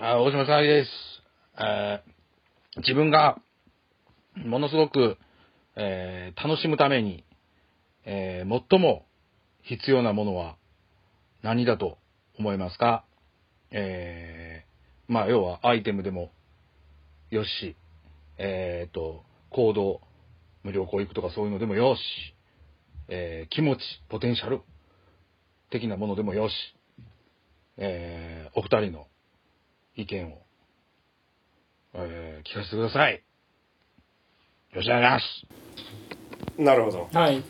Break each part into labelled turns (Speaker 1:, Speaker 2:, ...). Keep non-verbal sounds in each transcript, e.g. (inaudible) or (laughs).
Speaker 1: あー大島さゆりです。えー自分が、ものすごく、えー楽しむために、えー最も必要なものは何だと思いますかえーまあ、要はアイテムでもよし、えっ、と、行動、無料行くとかそういうのでもよし、えー気持ち、ポテンシャル、的なものでもよし、えーお二人の意見を、えー聞かせてください。よろしくお願いし
Speaker 2: なるほど
Speaker 3: はい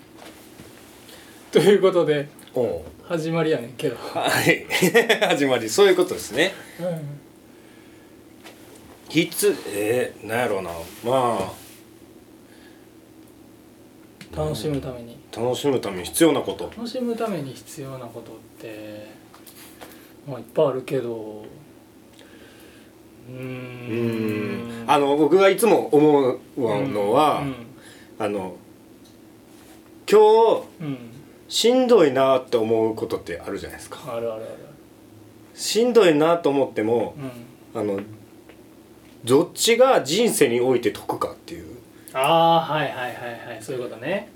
Speaker 3: ということで
Speaker 2: おお
Speaker 3: 始まりやねんけど、
Speaker 2: はい (laughs) 始まりそういうことですね
Speaker 3: うん
Speaker 2: 必えー、なんやろうなま
Speaker 3: 楽しむために
Speaker 2: あ楽しむために必要なこと
Speaker 3: 楽しむために必要なことってまあいっぱいあるけどうー
Speaker 2: うー
Speaker 3: ん
Speaker 2: んあの僕がいつも思うのは、
Speaker 3: うん
Speaker 2: あの今日
Speaker 3: うん、
Speaker 2: しんどいなって思うことってあるじゃないですか
Speaker 3: あるあるある
Speaker 2: しんどいなと思っても
Speaker 3: うん
Speaker 2: あのどっちが人生において得かっていう
Speaker 3: ああはいはいはいはいそういうことね、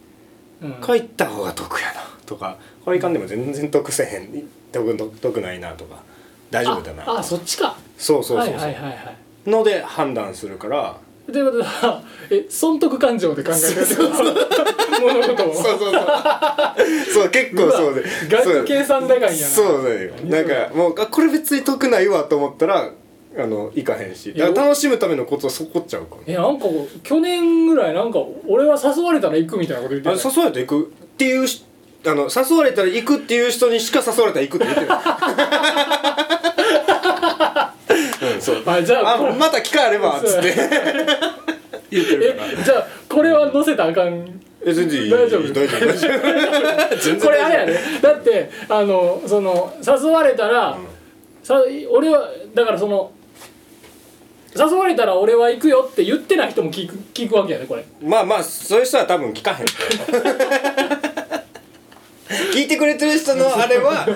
Speaker 3: うん、
Speaker 2: 書いた方が得やなとかこれいかんでも全然得せへん得得得ないなとか大丈夫だな
Speaker 3: ああそっちか
Speaker 2: そうそうそうそう、
Speaker 3: はいはいはいはい
Speaker 2: ので判断するから
Speaker 3: ということは (laughs) え損得感情で考えてるってこと物事を
Speaker 2: そうそうそう (laughs) そう結構そうで
Speaker 3: ガチ
Speaker 2: そう
Speaker 3: 計算高いんやな
Speaker 2: そうだよなんかもうあこれ別に得ないわと思ったらあのいかへんしだから楽しむためのコツはそこっちゃうか
Speaker 3: えなんか去年ぐらいなんか俺は誘われたら行くみたいなこと言って
Speaker 2: らあ
Speaker 3: た
Speaker 2: れ誘われたら行くっていうしあの誘われたら行くっていう人にしか誘われたら行くって言
Speaker 3: (laughs)
Speaker 2: ってる、うん、そう
Speaker 3: あじゃあ
Speaker 2: あまた機会あればっつって言ってるから
Speaker 3: えじゃあこれは載せたらあかん
Speaker 2: え全然いい
Speaker 3: 大丈夫
Speaker 2: 大丈夫大丈夫全然大丈夫
Speaker 3: これあれやねだってあのその誘われたら、さ俺はだからその誘われたら俺は行くよって言ってない人も聞く聞くわけやねこれ
Speaker 2: まあまあそういう人は多分聞かへん (laughs) 聞いてくれてる人のあれは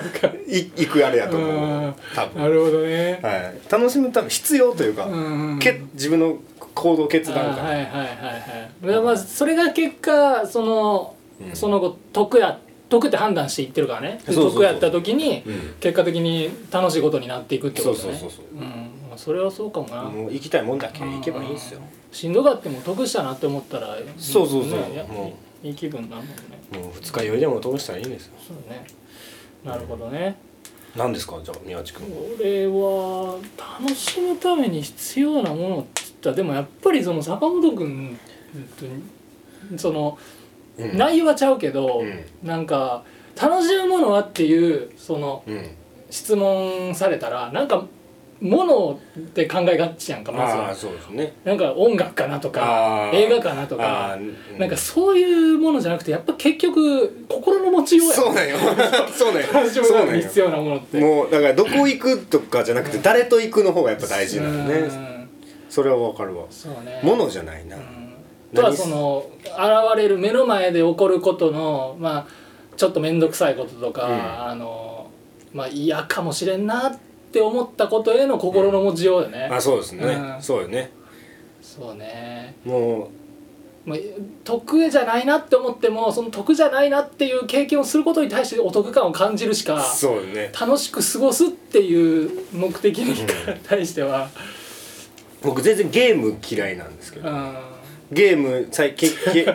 Speaker 2: い行くあれやと思う多分、
Speaker 3: なるほどね
Speaker 2: はい、楽しむため必要というか、
Speaker 3: うん
Speaker 2: け自分の行動決断
Speaker 3: あ
Speaker 2: か
Speaker 3: は
Speaker 2: ら
Speaker 3: いはいはいはい、まあ、それが結果その、その後得や得って判断していってるからね
Speaker 2: そうそうそう
Speaker 3: 得やった時に、
Speaker 2: ん
Speaker 3: 結果的に楽しいことになっていくってこ
Speaker 2: そう
Speaker 3: と
Speaker 2: そ
Speaker 3: ね
Speaker 2: うそうそう
Speaker 3: うんまあそれはそうかもな、
Speaker 2: もう行きたいもんだけ行けばいいんですよ
Speaker 3: しんどかっても得したなって思ったら
Speaker 2: そうそうそう
Speaker 3: ね
Speaker 2: も
Speaker 3: いい気分になるもんね
Speaker 2: もう二日酔いでも通したらいいんですよ
Speaker 3: そうねなるほどね、
Speaker 2: 何ですかじゃあ宮地君
Speaker 3: 俺は楽しむために必要なものって言ったらでもやっぱりその坂本君とその、
Speaker 2: うん
Speaker 3: 内容はちゃうけど、
Speaker 2: う
Speaker 3: なんか楽しむものはっていうその
Speaker 2: うん
Speaker 3: 質問されたらなんかものって考えがちやんかまず
Speaker 2: ああ
Speaker 3: は
Speaker 2: そうですね
Speaker 3: なんか音楽かなとか
Speaker 2: あー
Speaker 3: 映画かなとか
Speaker 2: あーう
Speaker 3: なんかそういうものじゃなくてやっぱ結局心の持ちようやん
Speaker 2: そうなん
Speaker 3: (laughs)
Speaker 2: よそうなんよ
Speaker 3: 楽しむ
Speaker 2: そ
Speaker 3: た
Speaker 2: うなん
Speaker 3: めに
Speaker 2: よ
Speaker 3: 必要なものって
Speaker 2: もうだからどこ行くとかじゃなくて誰と行くの方がやっぱ大事なの
Speaker 3: う
Speaker 2: ね
Speaker 3: ん
Speaker 2: それはわかるわ
Speaker 3: そうね
Speaker 2: ものじゃないな
Speaker 3: あとはその現れる目の前で起こることのまあちょっと面倒くさいこととか、
Speaker 2: うん
Speaker 3: あのまあ嫌かもしれんなって思ったことへの心の持ちようでね、
Speaker 2: あそうです
Speaker 3: う
Speaker 2: ね
Speaker 3: ん
Speaker 2: そうよね
Speaker 3: そうね、
Speaker 2: も
Speaker 3: まあ、得じゃないなって思ってもその得じゃないなっていう経験をすることに対してお得感を感じるし
Speaker 2: う
Speaker 3: か
Speaker 2: そうよね
Speaker 3: 楽しく過ごすっていう目的に対しては、
Speaker 2: 僕全然ゲーム嫌いなんですけ
Speaker 3: う
Speaker 2: ど
Speaker 3: ん、
Speaker 2: ゲーム最近ゲ
Speaker 3: (laughs)
Speaker 2: い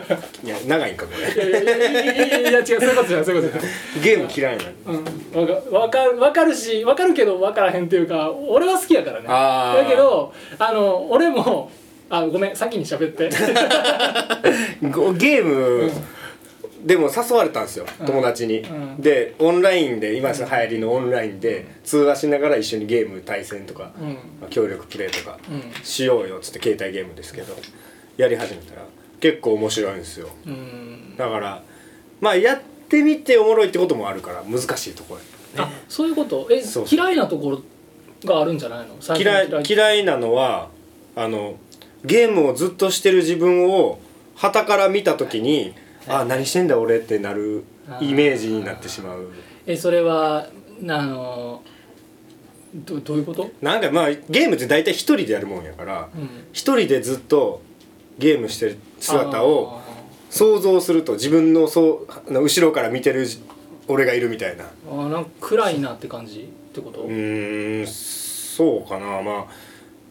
Speaker 2: や長いんかこ
Speaker 3: いや
Speaker 2: れ
Speaker 3: いやいやいやいやいや違うそういうことじゃないそういうことじゃない。
Speaker 2: ゲーム嫌いなん
Speaker 3: うん、わかわかるわかるしわかるけどわからへんっていうか俺は好きやからね
Speaker 2: あー
Speaker 3: だけどあの俺もあごめん先に喋っ
Speaker 2: (laughs)
Speaker 3: て
Speaker 2: ごゲームでも誘われたんですよ友達に
Speaker 3: うん
Speaker 2: でオンラインで今流行りのオンラインで通話しながら一緒にゲーム対戦とか
Speaker 3: うん
Speaker 2: まあ協力プレイとか
Speaker 3: うん
Speaker 2: しようよっつって携帯ゲームですけどやり始めたら結構面白いんですよ
Speaker 3: うん
Speaker 2: だからまあやってみておもろいってこともあるから難しいとこ
Speaker 3: あそういうことえ
Speaker 2: そう
Speaker 3: 嫌いなところがあるんじゃないの最
Speaker 2: ろ
Speaker 3: 近
Speaker 2: 嫌い嫌いなのはあのゲームをずっとしてる自分を傍から見た時に「あ何してんだ俺」ってなるイメージになってしまう
Speaker 3: えそれはあのどどういうこと、
Speaker 2: なんかまあゲームって大体一人でやるもんやから
Speaker 3: うん、
Speaker 2: 一人でずっとゲームしてる姿を
Speaker 3: あ
Speaker 2: 想像すると自分のそうあの後ろから見てるじ俺がいるみたいな
Speaker 3: ーあーなんか暗いなって感じってこと、
Speaker 2: うーんそうかなまあ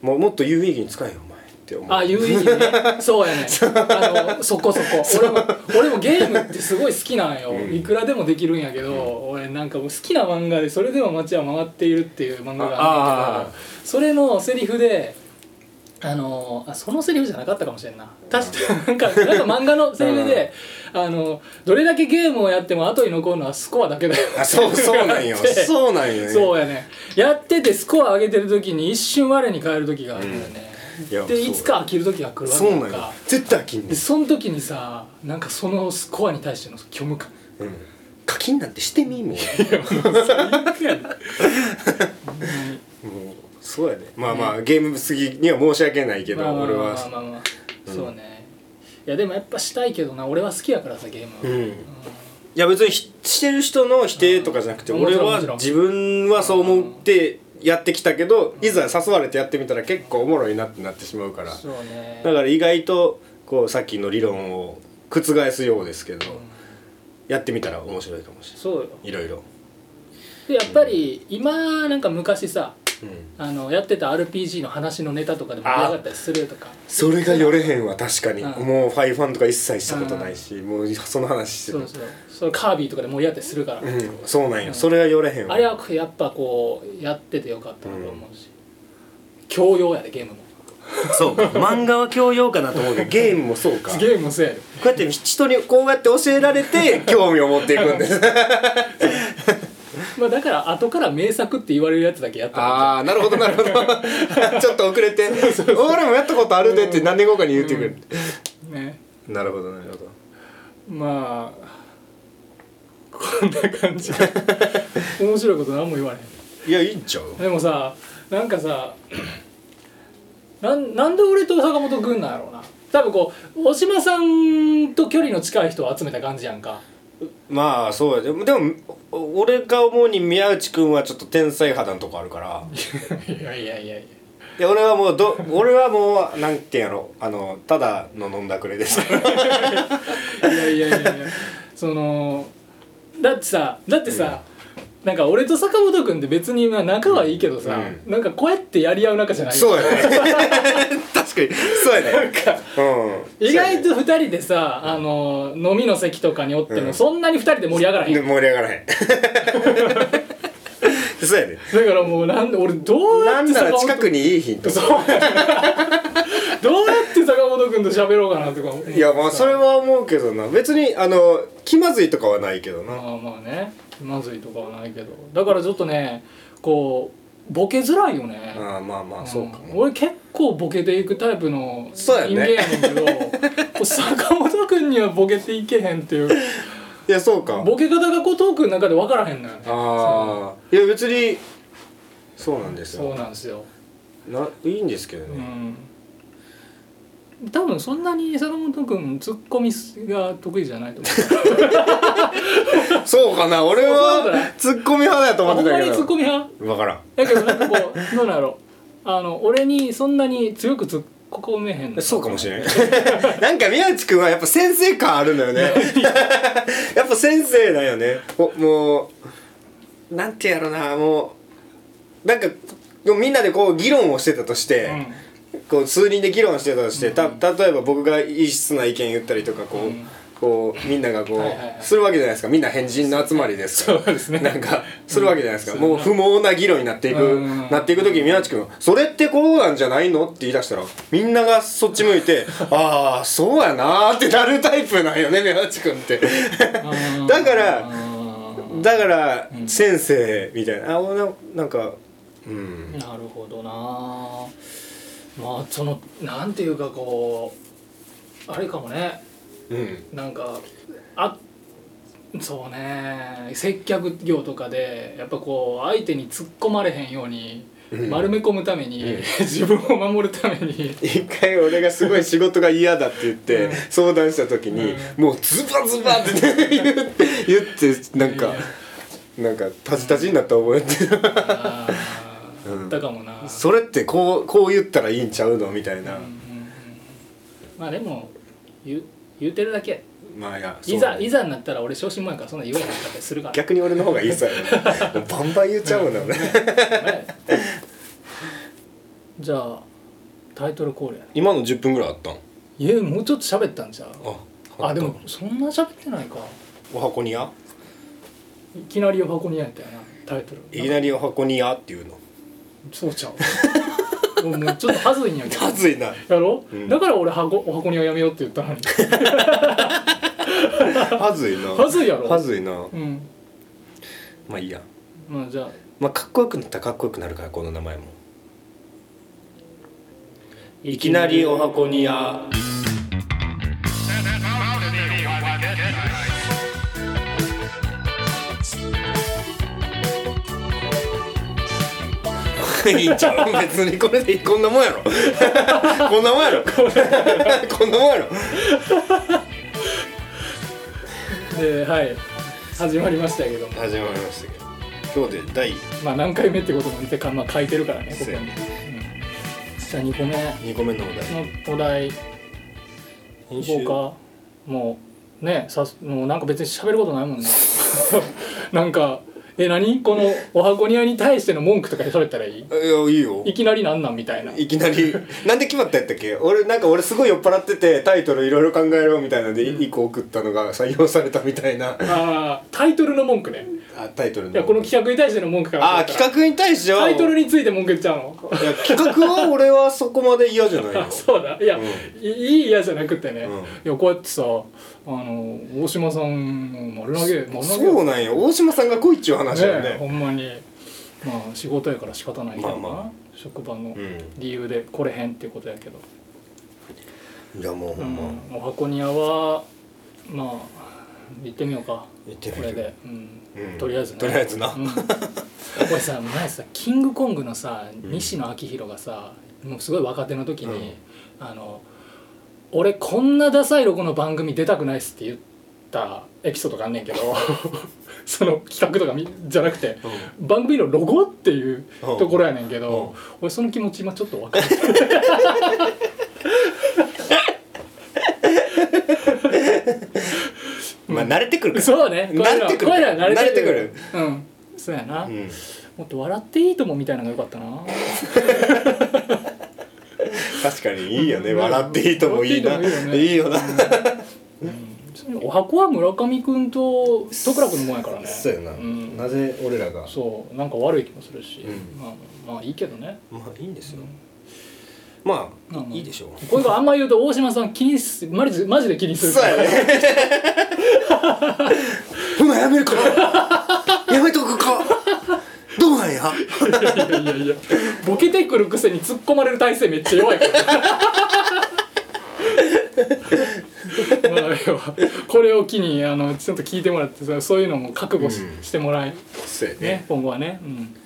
Speaker 2: もうもっと有意義に使えよお前って思う
Speaker 3: あ、有意義ね。そうや
Speaker 2: (laughs)
Speaker 3: ね。あの、そこそこ。俺も、俺もゲームってすごい好きなんよ。
Speaker 2: うん
Speaker 3: いくらでもできるんやけど、俺なんかもう好きな漫画で、それでも街は回っているっていう漫画があるんだ
Speaker 2: ああ
Speaker 3: けど、それのセリフで、あのあそのセリフじゃなかったかもしれんな確かなんかなんか漫画のセリフで、あのどれだけゲームをやっても後に残るのはスコアだけだよ
Speaker 2: あそうそうなん
Speaker 3: (laughs)
Speaker 2: よそうなんよね
Speaker 3: そうやねやっててスコア上げてる時に一瞬我に返る時があるんだよね、
Speaker 2: いやそ
Speaker 3: で
Speaker 2: う
Speaker 3: いつか飽きる時が来るわけ
Speaker 2: そう
Speaker 3: やん
Speaker 2: なんよ
Speaker 3: か
Speaker 2: 絶対飽きんね
Speaker 3: で
Speaker 2: ん
Speaker 3: その時にさなんかそのスコアに対しての虚無
Speaker 2: (laughs)
Speaker 3: 感
Speaker 2: うん課金なんてしてみもう
Speaker 3: (laughs)
Speaker 2: もうそうやでまあまあゲーム好きには申し訳ないけど
Speaker 3: まあまあ
Speaker 2: 俺
Speaker 3: まあま
Speaker 2: は
Speaker 3: あまあそうねいやでもやっぱしたいけどな俺は好きやからさゲームは、
Speaker 2: う
Speaker 3: うん
Speaker 2: んいや別にひしてる人の否定とかじゃなくて
Speaker 3: うん
Speaker 2: 俺
Speaker 3: も
Speaker 2: は
Speaker 3: ちろんもち
Speaker 2: 自分はそう思ってやってきたけどいざ誘われてやってみたら結構おもろいなってなってしまうから
Speaker 3: そうね
Speaker 2: だから意外とこうさっきの理論を覆すようですけど、
Speaker 3: うん
Speaker 2: やってみたら面白いかもしれ
Speaker 3: そうよ
Speaker 2: ないいろいろ、
Speaker 3: でやっぱり今なんか昔さ
Speaker 2: うん、
Speaker 3: あのやってた RPG の話のネタとかでも盛り上がったりするとか
Speaker 2: それがよれへんわ確かに、
Speaker 3: うん
Speaker 2: もうファイファンとか一切したことないし、もうその話して
Speaker 3: そ
Speaker 2: る
Speaker 3: うそうそのカービィとかで盛り上がったりするから、
Speaker 2: うん、そうなんよ、それはよれへんわ
Speaker 3: あれはやっぱこうやっててよかったなと思うし、教養やでゲームも
Speaker 2: そうか漫画は教養かなと思うけどゲームもそうかこ
Speaker 3: (laughs) ゲームもそうやで
Speaker 2: うやって人にこうやって教えられ (laughs) て興味を持っていくんです
Speaker 3: まあだから後から名作って言われるやつだけやったら
Speaker 2: ああなるほどなるほど (laughs) ちょっと遅れて俺もやったことあるでって何年後かに言ってくる、
Speaker 3: ね
Speaker 2: なるほどなるほど
Speaker 3: まあこんな感 (laughs) じ面白いこと何も言われへ
Speaker 2: いやいいんちゃうん
Speaker 3: でもさなんかさなんなんで俺と坂本君なんやろうな多分こう大島さんと距離の近い人を集めた感じやん (laughs) か
Speaker 2: まあそうやでもでもお俺が思うに宮内くんはちょっと天才肌のとこある (laughs) から
Speaker 3: いやいやいやいや
Speaker 2: いや俺はもうど俺はもうなんていうんやろあのただの飲んだくれですから
Speaker 3: いやいやいやいやそのだってさだってさ、なんか俺と坂本君って別にまあ仲はいいけどさ、
Speaker 2: う
Speaker 3: なんかこうやってやり合う仲じゃない
Speaker 2: そう (laughs) やね確かにそうやねうん
Speaker 3: 意外と2人でさ、あの飲みの席とかにおって
Speaker 2: う
Speaker 3: も
Speaker 2: ん
Speaker 3: そんなに2人で盛り上がらへん、
Speaker 2: で盛り上が
Speaker 3: (laughs)
Speaker 2: らへんそうやね
Speaker 3: だからもうなんで俺どうや
Speaker 2: な
Speaker 3: っ
Speaker 2: ん
Speaker 3: て
Speaker 2: なら
Speaker 3: 坂
Speaker 2: 近
Speaker 3: 本
Speaker 2: くにいいヒント
Speaker 3: そうどうやって坂本君と喋ろうかなとか思う
Speaker 2: いやまあそれは思うけどな別にあの気まずいとかはないけどな
Speaker 3: まあまあね気まずいとかはないけどだからちょっとねこうボケづらいよね、
Speaker 2: ああまあまあそうか
Speaker 3: ん
Speaker 2: も
Speaker 3: 俺結構ボケていくタイプの人
Speaker 2: そうやね
Speaker 3: 間やねんけど、こう坂本君にはボケていけへんってい
Speaker 2: (laughs)
Speaker 3: う
Speaker 2: いやそうか
Speaker 3: ボケ方がこうトークの中で分からへんのよね
Speaker 2: ああいや別にそうなんです
Speaker 3: そう
Speaker 2: よ
Speaker 3: なんですよ、
Speaker 2: ないいんですけど
Speaker 3: う
Speaker 2: ね、
Speaker 3: ん、多分そんなに坂本君ツッコミが得意じゃない
Speaker 2: (laughs)
Speaker 3: と思
Speaker 2: そうかな俺
Speaker 3: そうそうだ
Speaker 2: は
Speaker 3: ね
Speaker 2: ツッコミ派だと
Speaker 3: う
Speaker 2: 思
Speaker 3: ほ
Speaker 2: っ
Speaker 3: ん
Speaker 2: て
Speaker 3: まに
Speaker 2: た
Speaker 3: ツッ
Speaker 2: け
Speaker 3: コミ派
Speaker 2: どわからん
Speaker 3: だけどなんかこうどうなんやろあの俺にそんなに強く突っ込めへんの
Speaker 2: (laughs) そうかもしれない (laughs) なんか宮内くんはやっぱ先生感あるの
Speaker 3: (laughs)
Speaker 2: よねやっぱ先生だよねおもうなんてやろなもうなんかでもみんなでこう議論をしてたとして、
Speaker 3: うん
Speaker 2: こう数人で議論してたとして、た例えば僕が異質な意見言ったりとかこう、
Speaker 3: うん
Speaker 2: こうみんながこう、
Speaker 3: はいはいはい
Speaker 2: するわけじゃないですかみんな変人の集まりですから
Speaker 3: そうですね
Speaker 2: なんかするわけじゃないですか、
Speaker 3: うん
Speaker 2: もう不毛な議論になっていく、
Speaker 3: うん
Speaker 2: なっていく時に宮内君「それってこうなんじゃないの?」って言い出したらみんながそっち向い
Speaker 3: (laughs)
Speaker 2: て「ああそうやな」ってなるタイプなんよね宮内君って。
Speaker 3: うん
Speaker 2: だから
Speaker 3: うん
Speaker 2: だから、先生みたいなあおななんかうん
Speaker 3: なるほどなまあそのなんていうかこうあれかもね
Speaker 2: うん
Speaker 3: なんかあそうね接客業とかでやっぱこう相手に突っ込まれへんように
Speaker 2: うん
Speaker 3: 丸め込むために、 (laughs) 自分を守るために
Speaker 2: 一回俺がすごい仕事が嫌だって言って、相談した時に、もうズバズバって (laughs) 言って言ってなんかなんかタジタジになった覚えって
Speaker 3: あーったかもな、
Speaker 2: それってこうこう言ったらいいんちゃうのみたいな、
Speaker 3: まあでも言う言うてるだけ
Speaker 2: まあいや
Speaker 3: いざ
Speaker 2: そう
Speaker 3: いざになったら俺小心者やからそんな言わへんかったりす
Speaker 2: (laughs)
Speaker 3: るから
Speaker 2: 逆に俺の方がいい
Speaker 3: (laughs)
Speaker 2: さよねもうバンバン言っちゃうもんだ俺
Speaker 3: ねじゃあタイトルコールやね
Speaker 2: 今の10分ぐらいあったん
Speaker 3: いやもうちょっと喋ったんじゃう
Speaker 2: あ
Speaker 3: あでもそんな喋ってないか
Speaker 2: お箱にや
Speaker 3: いきなりお箱にやったよなタイトル
Speaker 2: いきなりお箱にやっていう
Speaker 3: (laughs)
Speaker 2: の
Speaker 3: そうちゃう (laughs) もうもうちょっと恥ずいんやけど
Speaker 2: まずいな
Speaker 3: やろ、
Speaker 2: うん
Speaker 3: だから俺箱お箱にはやめようって言ったの
Speaker 2: (laughs)
Speaker 3: に
Speaker 2: はずいな
Speaker 3: はずいやろ
Speaker 2: はずいな
Speaker 3: うん
Speaker 2: まあいいや
Speaker 3: まあじゃあ
Speaker 2: まあかっこよくなったらかっこよくなるからこの名前もいきなりお箱にや (laughs) いいんちゃう別にこれでいいこんなもんやろ (laughs) こんなもんやろ (laughs) こんなもんやろ
Speaker 3: ではい始まりましたけども
Speaker 2: 始まりましたけど今日で第
Speaker 3: まあ何回目ってこともてか、まあ、書いてるからねここ
Speaker 2: そう
Speaker 3: に、
Speaker 2: や
Speaker 3: うん
Speaker 2: ね
Speaker 3: じゃあ2個目
Speaker 2: 2個目のお題
Speaker 3: のお題
Speaker 2: 編
Speaker 3: いこうかもうねさもうなんか別に喋ることないもんね (laughs) なんかえ何このお箱庭に対しての文句とかで喋ったらいい
Speaker 2: いやいいよ
Speaker 3: いきなりなんなんみたいない
Speaker 2: きなりなんで決まったやったっけ俺なんか俺すごい酔っ払っててタイトルいろいろ考えろみたいなので1個送ったのが採用されたみたいな
Speaker 3: あータイトルの文句ね
Speaker 2: あタイトル
Speaker 3: いやこの企画に対しての文句から
Speaker 2: あ企画に対しては
Speaker 3: タイトルについて文句言っちゃうの
Speaker 2: いや企画は俺はそこまで嫌じゃないよ
Speaker 3: あ (laughs) そうだいや、
Speaker 2: うん
Speaker 3: いいい嫌じゃなくてね、
Speaker 2: うん
Speaker 3: いやこうやってさあの大島さんの丸投げ丸投げ
Speaker 2: そうなんよ大島さんが来いっちゅう話だよ
Speaker 3: ねほ
Speaker 2: ね
Speaker 3: んまにまあ仕事やから仕方ないけどな、
Speaker 2: まあま
Speaker 3: 職場の
Speaker 2: うん
Speaker 3: 理由で来れへんっていうことやけど、
Speaker 2: いやもうほ
Speaker 3: うん
Speaker 2: ま
Speaker 3: んお箱庭はまあ行ってみようか
Speaker 2: 行ってみ
Speaker 3: こ
Speaker 2: る
Speaker 3: れで、うん
Speaker 2: うん
Speaker 3: とりあえずね
Speaker 2: とりあえずな
Speaker 3: うん、俺さ前さキングコングのさ西野昭弘がさもうすごい若手の時に、あの俺こんなダサいロゴの番組出たくないっすって言ったエピソードがあんねん
Speaker 2: (laughs)
Speaker 3: けどその企画とかみじゃなくて、番組のロゴっていうところやねんけど、俺その気持ち今ちょっと分かる
Speaker 2: まあ慣れてくるから
Speaker 3: (laughs) そうねこういう
Speaker 2: 慣れ
Speaker 3: の
Speaker 2: てくる
Speaker 3: こういうのは慣れてくる
Speaker 2: 慣れて
Speaker 3: うんそうやな、
Speaker 2: うん
Speaker 3: もっと笑っていいともみたいなのがよかったな
Speaker 2: 確かにいいよね笑っていいともいいな
Speaker 3: 笑っていいともいいよね
Speaker 2: いいよな
Speaker 3: お箱は村上君と戸倉君のもんやからね
Speaker 2: そうやな
Speaker 3: うん
Speaker 2: なぜ俺らが
Speaker 3: そうなんか悪い気もする
Speaker 2: う
Speaker 3: し、
Speaker 2: ん
Speaker 3: まあまあいいけどね
Speaker 2: まあいいんですよま
Speaker 3: まあ
Speaker 2: あ
Speaker 3: まあ
Speaker 2: いいでしょう
Speaker 3: こういうのあんま言うと大島さん気にすマジでマジで気にする
Speaker 2: そうや (laughs) ねほなやめるか (laughs) やめとくかどうなんや
Speaker 3: いやいやいや (laughs) ボケてくるくせに突っ込まれる体勢めっちゃ弱いから
Speaker 2: (laughs)
Speaker 3: まあ要はこれを機にあのちょっと聞いてもらってさそういうのも覚悟し,、
Speaker 2: うん
Speaker 3: してもらえ
Speaker 2: そうや
Speaker 3: ね今後はね、うん、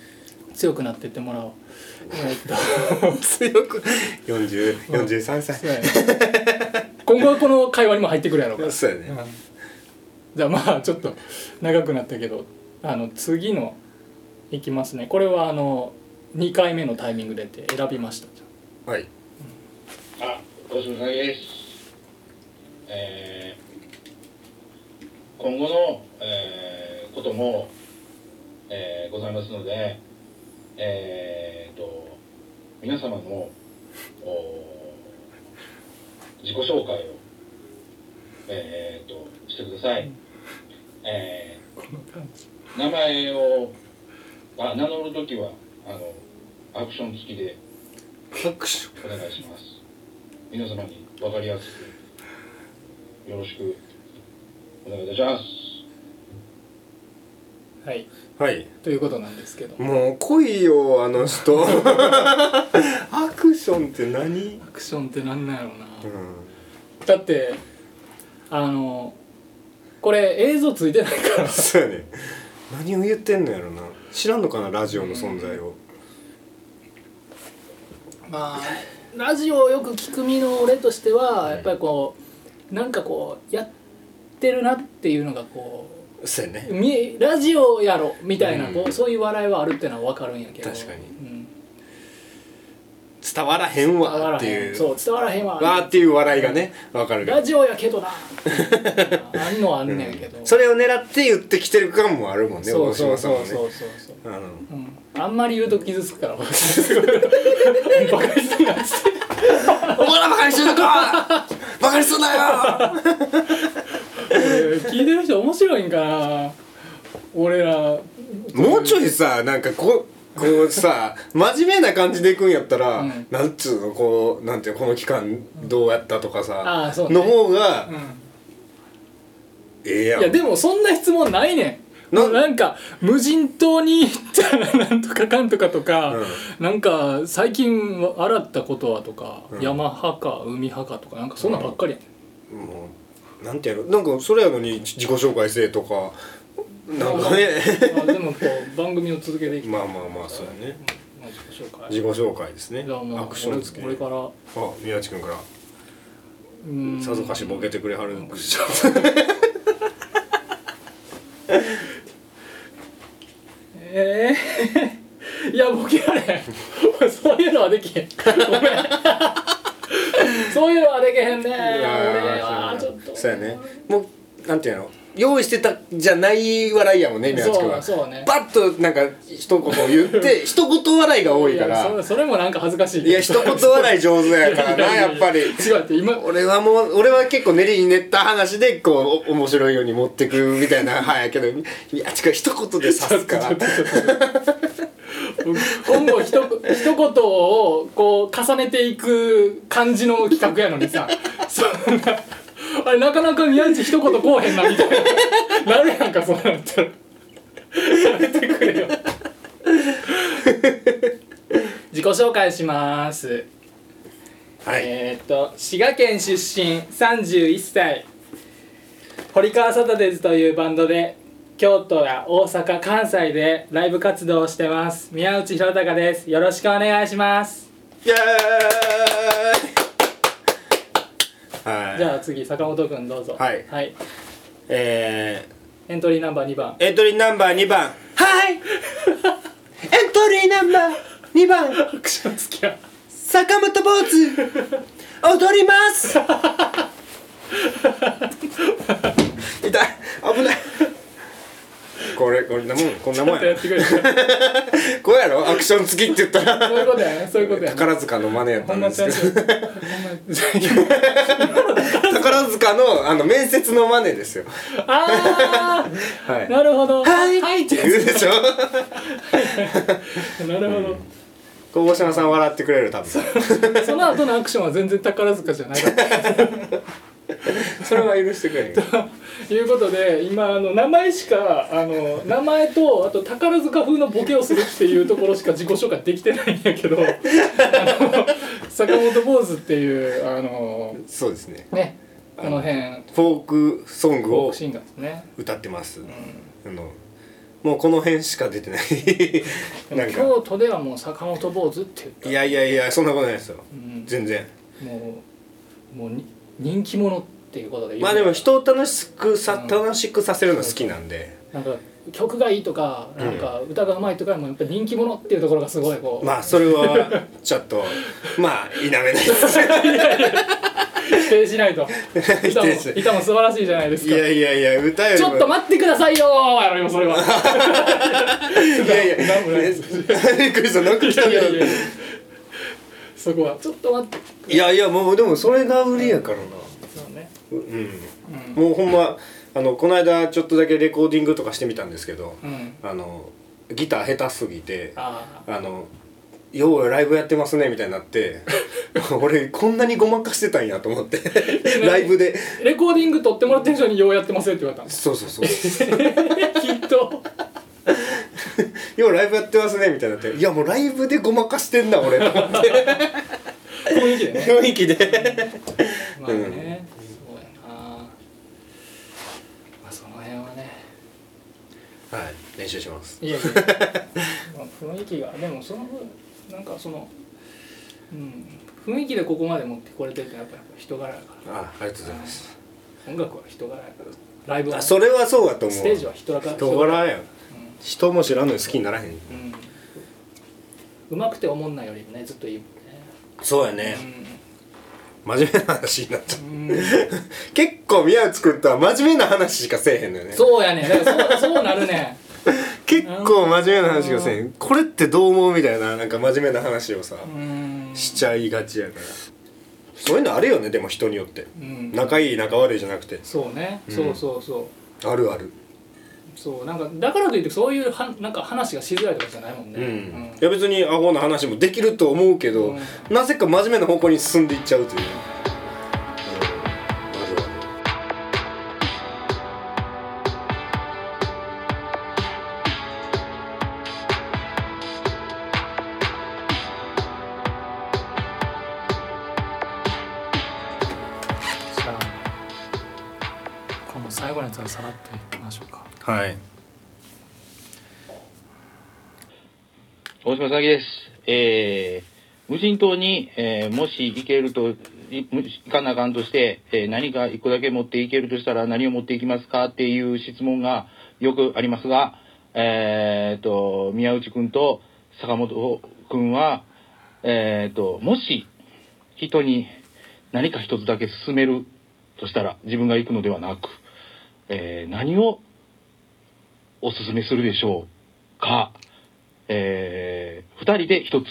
Speaker 3: 強くなっていってもらおうえっと (laughs)
Speaker 2: 強く40 43
Speaker 3: そう
Speaker 2: 歳
Speaker 3: やね今後はこの会話にも入ってくるやろうから
Speaker 2: そうやね
Speaker 3: じゃあまあちょっと長くなったけどあの次のいきますねこれはあの2回目のタイミングでって選びました
Speaker 2: はい
Speaker 1: あ、ごちそうさまです。えー今後の、えーことも、えーございますので、えーと、皆様の、お自己紹介を、えーと、してください。え
Speaker 3: この感じ
Speaker 1: ー名前を、あ名乗るときは、あの、アクション付きで、
Speaker 2: 拍手
Speaker 1: お願いします皆様に分かりやすくよろしくお願いいたします
Speaker 3: はい
Speaker 2: はい
Speaker 3: ということなんですけど
Speaker 2: もう来いよあの (laughs) 人アクションって何
Speaker 3: アクションってなんなんやろうな、
Speaker 2: うん
Speaker 3: だってあのこれ映像ついてないから
Speaker 2: そうやね何を言ってんのやろな知らんのかなラジオの存在を
Speaker 3: まあラジオをよく聞く身の俺としてはやっぱりこうなんかこうやってるなっていうのがこう
Speaker 2: そうやね
Speaker 3: みラジオやろみたいな、
Speaker 2: うん
Speaker 3: こうそういう笑いはあるってのは分かるんやけど
Speaker 2: 確かに
Speaker 3: うん
Speaker 2: 伝わらへん
Speaker 3: 伝わ
Speaker 2: わ
Speaker 3: ら
Speaker 2: って
Speaker 3: へ
Speaker 2: い
Speaker 3: ん
Speaker 2: う
Speaker 3: そう伝わらへん
Speaker 2: わー
Speaker 3: わ
Speaker 2: っていう笑いがねわかるけど
Speaker 3: ラジオやけ (laughs) どなあんのはあんねんけど、
Speaker 2: それを狙って言ってきてる感もあるもんね
Speaker 3: そうそう
Speaker 2: 大
Speaker 3: そう
Speaker 2: 島さん
Speaker 3: そ
Speaker 2: も
Speaker 3: うそうそう
Speaker 2: ねあの
Speaker 3: うんあんまり言うと傷つく (laughs) から僕バカにすんなっつって (laughs)
Speaker 2: 「お前らバカにするのかバカにすんなよ!
Speaker 3: 俺聞いてる人面白いんかな俺ら」
Speaker 2: (laughs) もうちょいさなんかこうこうさ真面目な感じでいくんやったら、
Speaker 3: うん
Speaker 2: なんつうのこうなんていうのこの期間どうやったとかさ
Speaker 3: あーそうね
Speaker 2: の方が、
Speaker 3: うん
Speaker 2: ええやん
Speaker 3: いやでもそんな質問ないねん
Speaker 2: な
Speaker 3: もうなんか無人島に行ったら (laughs) なんとかかんとかとか、
Speaker 2: う
Speaker 3: なんか最近洗ったことはとか、山派か海派かとかなんかそんなんばっかりやねん
Speaker 2: もうなんていうのなんかそれやのに自己紹介せえとかなんかね
Speaker 3: まあでもこう番組を続けてい
Speaker 2: (laughs)
Speaker 3: きたい
Speaker 2: まあまあまあそうやね
Speaker 3: まあ自己紹介
Speaker 2: 自己紹介ですね
Speaker 3: じゃあもう
Speaker 2: アクションつけ
Speaker 3: 俺俺からう
Speaker 2: あ宮地君から
Speaker 3: ーん
Speaker 2: さぞかしボケてくれはる
Speaker 3: ええ (laughs) いやボケられへん俺そういうのはできへんご
Speaker 2: (laughs)
Speaker 3: めんそういうのはできへんね俺はちょっと
Speaker 2: そうやねもうなんていうの用意してたじゃない笑いやもんね宮地君は
Speaker 3: そうそうね
Speaker 2: バッとなんか一言言っ
Speaker 3: (laughs)
Speaker 2: て一言笑いが多いか
Speaker 3: やそれ
Speaker 2: ら
Speaker 3: それもなんか恥ずかしいけど
Speaker 2: いや一言笑い上手やからなやっぱり
Speaker 3: 違うって今
Speaker 2: 俺はもう俺は結構練りに練った話でこうお面白いように持ってくみたいなはいやけどいや違う一言で刺す
Speaker 3: (laughs)
Speaker 2: から
Speaker 3: 今後ひと一言をこう重ねていく感じの企画やのに (laughs) さそんなあれなかなか宮内一言こうへんなみたいななるやんかそうなったらやめてくれよ自己紹介します、
Speaker 2: はい
Speaker 3: えーっと滋賀県出身31歳堀川サタデーズというバンドで京都や大阪関西でライブ活動をしてます宮内弘隆ですよろしくお願いします
Speaker 2: イエーイはい
Speaker 3: じゃあ次坂本君どうぞ
Speaker 2: はい
Speaker 3: はい、
Speaker 2: え
Speaker 3: エントリーナンバー2番
Speaker 2: (laughs) ー、エントリーナンバー2番はいエントリーナンバー2番
Speaker 3: アクション付き
Speaker 2: (laughs)
Speaker 3: 合
Speaker 2: 坂本坊主踊ります (laughs) 痛い危ないこれこんなもんこんなもん
Speaker 3: や
Speaker 2: や
Speaker 3: ってくれそう
Speaker 2: こうやろアクション付きって言ったら
Speaker 3: いうことやねそういうことやね
Speaker 2: 宝塚の真似やった
Speaker 3: ほん
Speaker 2: ん
Speaker 3: ま
Speaker 2: で
Speaker 3: ちゃ
Speaker 2: す
Speaker 3: ん
Speaker 2: け
Speaker 3: と
Speaker 2: ど (laughs) 宝塚のあの面接の真似ですよ
Speaker 3: あ
Speaker 2: は
Speaker 3: あ
Speaker 2: い
Speaker 3: なるほど
Speaker 2: はい (laughs)
Speaker 3: はいってや
Speaker 2: 言うでしょ
Speaker 3: つなるほど
Speaker 2: こう大島さん笑ってくれる多分
Speaker 3: その後のアクションは全然宝塚じゃないから
Speaker 2: それは許してくれへん
Speaker 3: ということで今あの名前しかあの名前とあと宝塚風のボケをするっていうところしか自己紹介できてないんやけ
Speaker 2: (laughs)
Speaker 3: どあの坂本坊主っていうあの
Speaker 2: そうですね
Speaker 3: ねこの辺
Speaker 2: フォークソング
Speaker 3: フォー
Speaker 2: を
Speaker 3: クシンガーですね
Speaker 2: 歌ってます、あのもうこの辺しか出てないなんか
Speaker 3: 京都ではもう坂本坊主って
Speaker 2: い
Speaker 3: 言っ
Speaker 2: やいやいやそんなことないですよ、
Speaker 3: ん
Speaker 2: 全然
Speaker 3: たもうもうに人気者っていうことで
Speaker 2: まあでも
Speaker 3: 人
Speaker 2: 人を楽しくさ楽しくさせるの好きなんで
Speaker 3: なんか曲がいいとかなんか歌がうまいとかもやっぱ人気者っていうところがすごいこう、
Speaker 2: まあそれはちょっとまあ否めないです
Speaker 3: 否定
Speaker 2: (laughs)
Speaker 3: しないと
Speaker 2: 定
Speaker 3: 歌も
Speaker 2: しない
Speaker 3: 歌も素晴らしいじゃないです
Speaker 2: い
Speaker 3: か
Speaker 2: やいやいや歌より
Speaker 3: ち
Speaker 2: も
Speaker 3: ょっと待ってくださいよーやろよそれは
Speaker 2: いやいや
Speaker 3: なんもないです
Speaker 2: びっくりしたなんか来
Speaker 3: い
Speaker 2: た
Speaker 3: や
Speaker 2: け
Speaker 3: いや
Speaker 2: ど
Speaker 3: いやそこはちょっと待って
Speaker 2: いやいやもうでもそれが売りやからな
Speaker 3: そうね
Speaker 2: ううんもうほんまあのこの間ちょっとだけレコーディングとかしてみたんですけど、
Speaker 3: うん
Speaker 2: あのギター下手すぎて
Speaker 3: あ
Speaker 2: あの「ようライブやってますね」みたいになって (laughs) 俺こんなにごまかしてたんやと思ってライブで
Speaker 3: あレコーディング撮ってもらってる人にようやってますよって言われたんです
Speaker 2: そうそうそう「
Speaker 3: きっと
Speaker 2: ようライブやってますね」みたいになって「いやもうライブでごまかしてんな俺」と思って
Speaker 3: 雰囲気でね
Speaker 2: 雰囲気で
Speaker 3: まあね、そうやなまあその辺はね
Speaker 2: はい練習します
Speaker 3: いやいやまあ雰囲気がでもその分なんかそのうん雰囲気でここまで持ってこれてるってやっぱ人柄やから
Speaker 2: あありがとうございます
Speaker 3: 音楽は人柄やからライブは
Speaker 2: あそれはそうだと思う
Speaker 3: ステージは人柄
Speaker 2: 人柄やん人も知らんのに好きにならへん
Speaker 3: うんうまくて思んないよりもねずっといいもんね
Speaker 2: そうやね、真面目な話になっちゃう、結構宮内くんとは真面目な話しかせえへんのよね
Speaker 3: そうやねだからそうそうなるね
Speaker 2: 結構真面目な話しかせえへんこれってどう思うみたいななんか真面目な話をさ、
Speaker 3: うん
Speaker 2: しちゃいがちやからそういうのあるよねでも人によって、
Speaker 3: うん
Speaker 2: 仲いい仲悪いじゃなくて
Speaker 3: そうね、
Speaker 2: うん
Speaker 3: そうそうそう
Speaker 2: あるある
Speaker 3: そうなんかだからといってそういうはなんか話がしづらいとかじゃないもんね、
Speaker 2: うん、
Speaker 3: うん
Speaker 2: いや別にアホな話もできると思うけど、
Speaker 3: うん
Speaker 2: なぜか真面目な方向に進んでいっちゃうという、うんあるある
Speaker 3: じゃあこの最後のやつはさらっといきましょうか
Speaker 2: はい
Speaker 1: 大島さぎです。えー、無人島に、えーもし行けると、いむ行かなあかんとして、えー何か一個だけ持って行けるとしたら何を持っていきますかっていう質問がよくありますが、えー、と、宮内くんと坂本くんは、えー、と、もし人に何か一つだけ勧めるとしたら自分が行くのではなく、えー何をお勧めするでしょうかえー、2人で1つ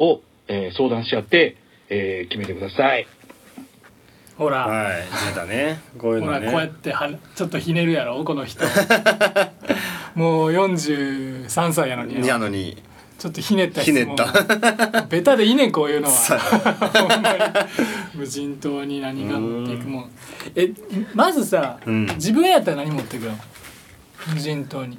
Speaker 1: を、えー相談し合って、えー決めてください。
Speaker 3: ほら、
Speaker 2: はい出たねこういう
Speaker 3: ほ
Speaker 2: の
Speaker 3: らこうやっ
Speaker 2: ね
Speaker 3: てはちょっとひねるやろこの
Speaker 2: (laughs)
Speaker 3: 人もう43歳やのに
Speaker 2: なのに
Speaker 3: ちょっとひねったやつ
Speaker 2: ひねった
Speaker 3: もうベタでいいねんこういうの
Speaker 2: (laughs) そう
Speaker 3: はほんまに無人島に何が持っていくもんえまずさ、
Speaker 2: うん
Speaker 3: 自分やったら何持っていくの無人島に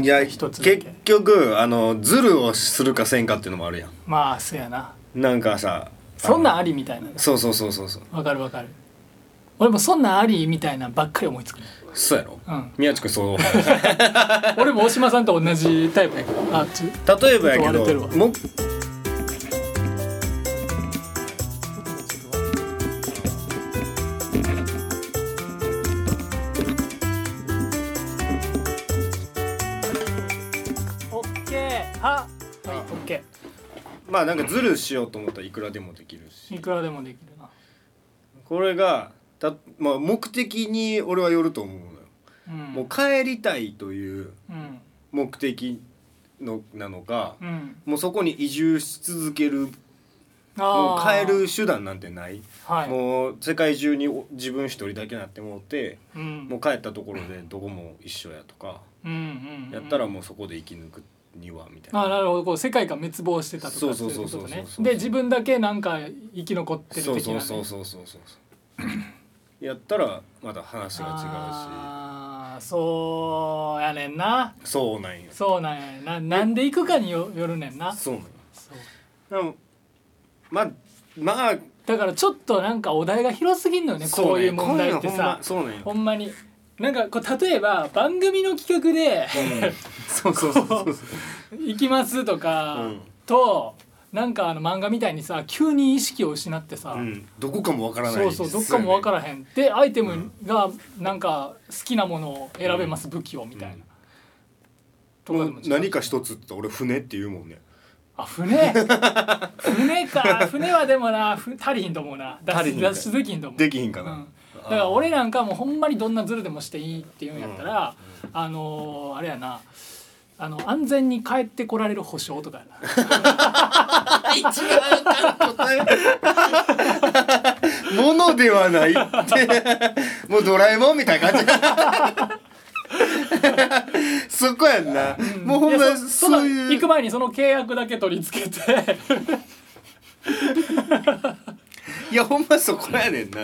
Speaker 2: いや
Speaker 3: 一つだけ
Speaker 2: 結局あのズルをするかせんかっていうのもあるやん
Speaker 3: まあそやな
Speaker 2: なんかさ
Speaker 3: そんなん
Speaker 2: あ
Speaker 3: ありみたいな
Speaker 2: のそうそうそうそうそう
Speaker 3: わかるわかる俺もそんなんありみたいなばっかり思いつくね
Speaker 2: そうやろ、
Speaker 3: うん
Speaker 2: 宮地君そう
Speaker 3: (laughs) 俺も大島さんと同じタイプやけどあち
Speaker 2: 例えばやけ
Speaker 3: ちょっと割れてる
Speaker 2: ど
Speaker 3: わ
Speaker 2: もう
Speaker 3: オッケーははいオッケ
Speaker 2: まあなんかズルしようと思ったらいくらでもできるし
Speaker 3: ーいくらでもできるな
Speaker 2: これがた、まあ、目的に俺はよると思うのよ、
Speaker 3: うん
Speaker 2: もう帰りたいという
Speaker 3: うん
Speaker 2: 目的のなのか、
Speaker 3: うん
Speaker 2: もうそこに移住し続けるもう
Speaker 3: あー
Speaker 2: 帰る手段なんてない、
Speaker 3: はい
Speaker 2: もう世界中にお自分一人だけなってもうて、
Speaker 3: うん
Speaker 2: もう帰ったところでどこも一緒やとか、
Speaker 3: うんうんうん
Speaker 2: やったらもうそこで生き抜くにはみたいな
Speaker 3: あなるほどこう世界が滅亡してたとか
Speaker 2: そうそう
Speaker 3: い
Speaker 2: そう
Speaker 3: こと
Speaker 2: そう
Speaker 3: ね
Speaker 2: そうそう
Speaker 3: で自分だけなんか生き残ってる的な
Speaker 2: そうそ
Speaker 3: ね
Speaker 2: うそうそうそうそうそうやったらまた話が
Speaker 3: あーそうやねんな
Speaker 2: 違うしそうなんよ
Speaker 3: そうなんやねんななんで行くかによよるねんな
Speaker 2: そうなんよ
Speaker 3: そう
Speaker 2: でもまあまあ
Speaker 3: だからちょっとなんかお題が広すぎんのよねこういう問題ってさ
Speaker 2: そうなんよこ
Speaker 3: ほんまになんかこう例えば番組の企画で
Speaker 2: ういうのほんまうんそうそうそうそう
Speaker 3: 「行きます」とか、
Speaker 2: うん
Speaker 3: となんかあの漫画みたいにさ急に意識を失ってさ、
Speaker 2: うんどこかもわからな
Speaker 3: そ
Speaker 2: いう
Speaker 3: そうどっかも分からへんでアイテムがなんか好きなものを選べます、武器をみたいな、
Speaker 2: うん
Speaker 3: とかで
Speaker 2: も
Speaker 3: も
Speaker 2: う
Speaker 3: 違う
Speaker 2: 何か一つって俺船って言うもんね
Speaker 3: あ船船か船はでもなふ足りひんと思うな
Speaker 2: 足
Speaker 3: 脱
Speaker 2: りひん
Speaker 3: 出
Speaker 2: か
Speaker 3: 脱出できひんと思う
Speaker 2: できひんか
Speaker 3: う、
Speaker 2: なん
Speaker 3: だから俺なんかもうほんまにどんなズルでもしていいっていうんやったら、あのーあれやなあの安全に帰ってこられる保証とかやな (laughs)
Speaker 2: ものではないってもうドラえもんみたいな感じそこやんな、もうほん
Speaker 3: い
Speaker 2: ま
Speaker 3: やそ
Speaker 2: そう
Speaker 3: そ
Speaker 2: い
Speaker 3: の行く
Speaker 2: う
Speaker 3: 前にその契約だけ取り付けて
Speaker 2: いやほんまそこやねんな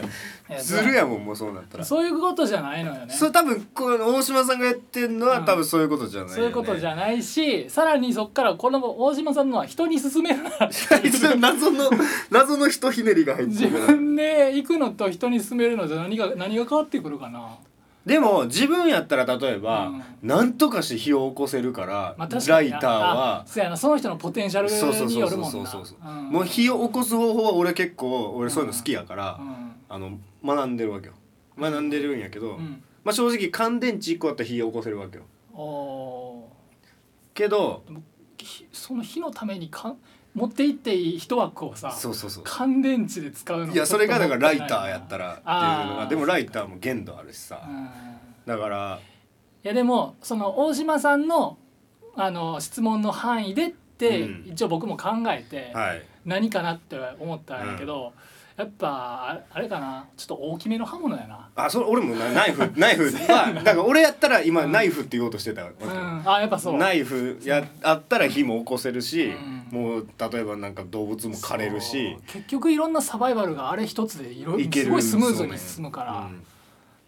Speaker 3: や
Speaker 2: ずるやもんもうそうなったらそ
Speaker 3: (laughs) そういうことじゃないのよね
Speaker 2: れ多分この大島さんがやってんのは、
Speaker 3: うん
Speaker 2: 多分そういうことじゃないよ、ね、
Speaker 3: そういうことじゃないしさらにそっからこの大島さんのは人に勧め
Speaker 2: (laughs)
Speaker 3: るな
Speaker 2: (laughs) 一応謎の謎のひとひねりが入って
Speaker 3: 自
Speaker 2: る
Speaker 3: (laughs)
Speaker 2: から
Speaker 3: 分で行くのと人に勧めるのじゃ何が何が変わってくるかな
Speaker 2: でも自分やったら例えば、
Speaker 3: う
Speaker 2: なんとかして火を起こせるから、
Speaker 3: まあ、確
Speaker 2: ラ
Speaker 3: かに
Speaker 2: イ
Speaker 3: な
Speaker 2: ター
Speaker 3: あ
Speaker 2: は
Speaker 3: そうやなその人のポテンシャル
Speaker 2: そうそう
Speaker 3: に
Speaker 2: そう
Speaker 3: よる
Speaker 2: そう
Speaker 3: もん
Speaker 2: そ
Speaker 3: な
Speaker 2: うそうそう、
Speaker 3: ん
Speaker 2: もう火を起こす方法は俺結構俺そういうの好きやから、
Speaker 3: うん
Speaker 2: あの学んでるわけよ学んでるんやけど、
Speaker 3: うん
Speaker 2: まあ正直乾電池1個あったら火を起こせるわけよ
Speaker 3: お
Speaker 2: けど
Speaker 3: ーその日のためにかん持って行っていい一枠をさ
Speaker 2: そうそうそう
Speaker 3: 乾電池で使うの
Speaker 2: いやそれがだからライターやった
Speaker 3: ら
Speaker 2: らっていうの
Speaker 3: あ
Speaker 2: が
Speaker 3: ー
Speaker 2: でもライターも限度あるしさ、だから
Speaker 3: いやでもその大島さんのあの質問の範囲でって、
Speaker 2: うん
Speaker 3: 一応僕も考えて、
Speaker 2: はい
Speaker 3: 何かなって思ったんやけど、やっぱああれかなちょっと大きめの刃物やな、
Speaker 2: あそれ俺もなナイフ (laughs) ナイフはだから俺やったら今ナイフって言おうとしてたわけ、
Speaker 3: うん、あやっぱそう
Speaker 2: ナイフやあったら火も起こせるし、
Speaker 3: うん
Speaker 2: もう例えばなんか動物も枯れるし
Speaker 3: そう結局いろんなサバイバルがあれ一つでいろ
Speaker 2: いける
Speaker 3: すごいスムーズ
Speaker 2: そう
Speaker 3: に
Speaker 2: ね
Speaker 3: 進むから、
Speaker 2: う
Speaker 3: っ
Speaker 2: ん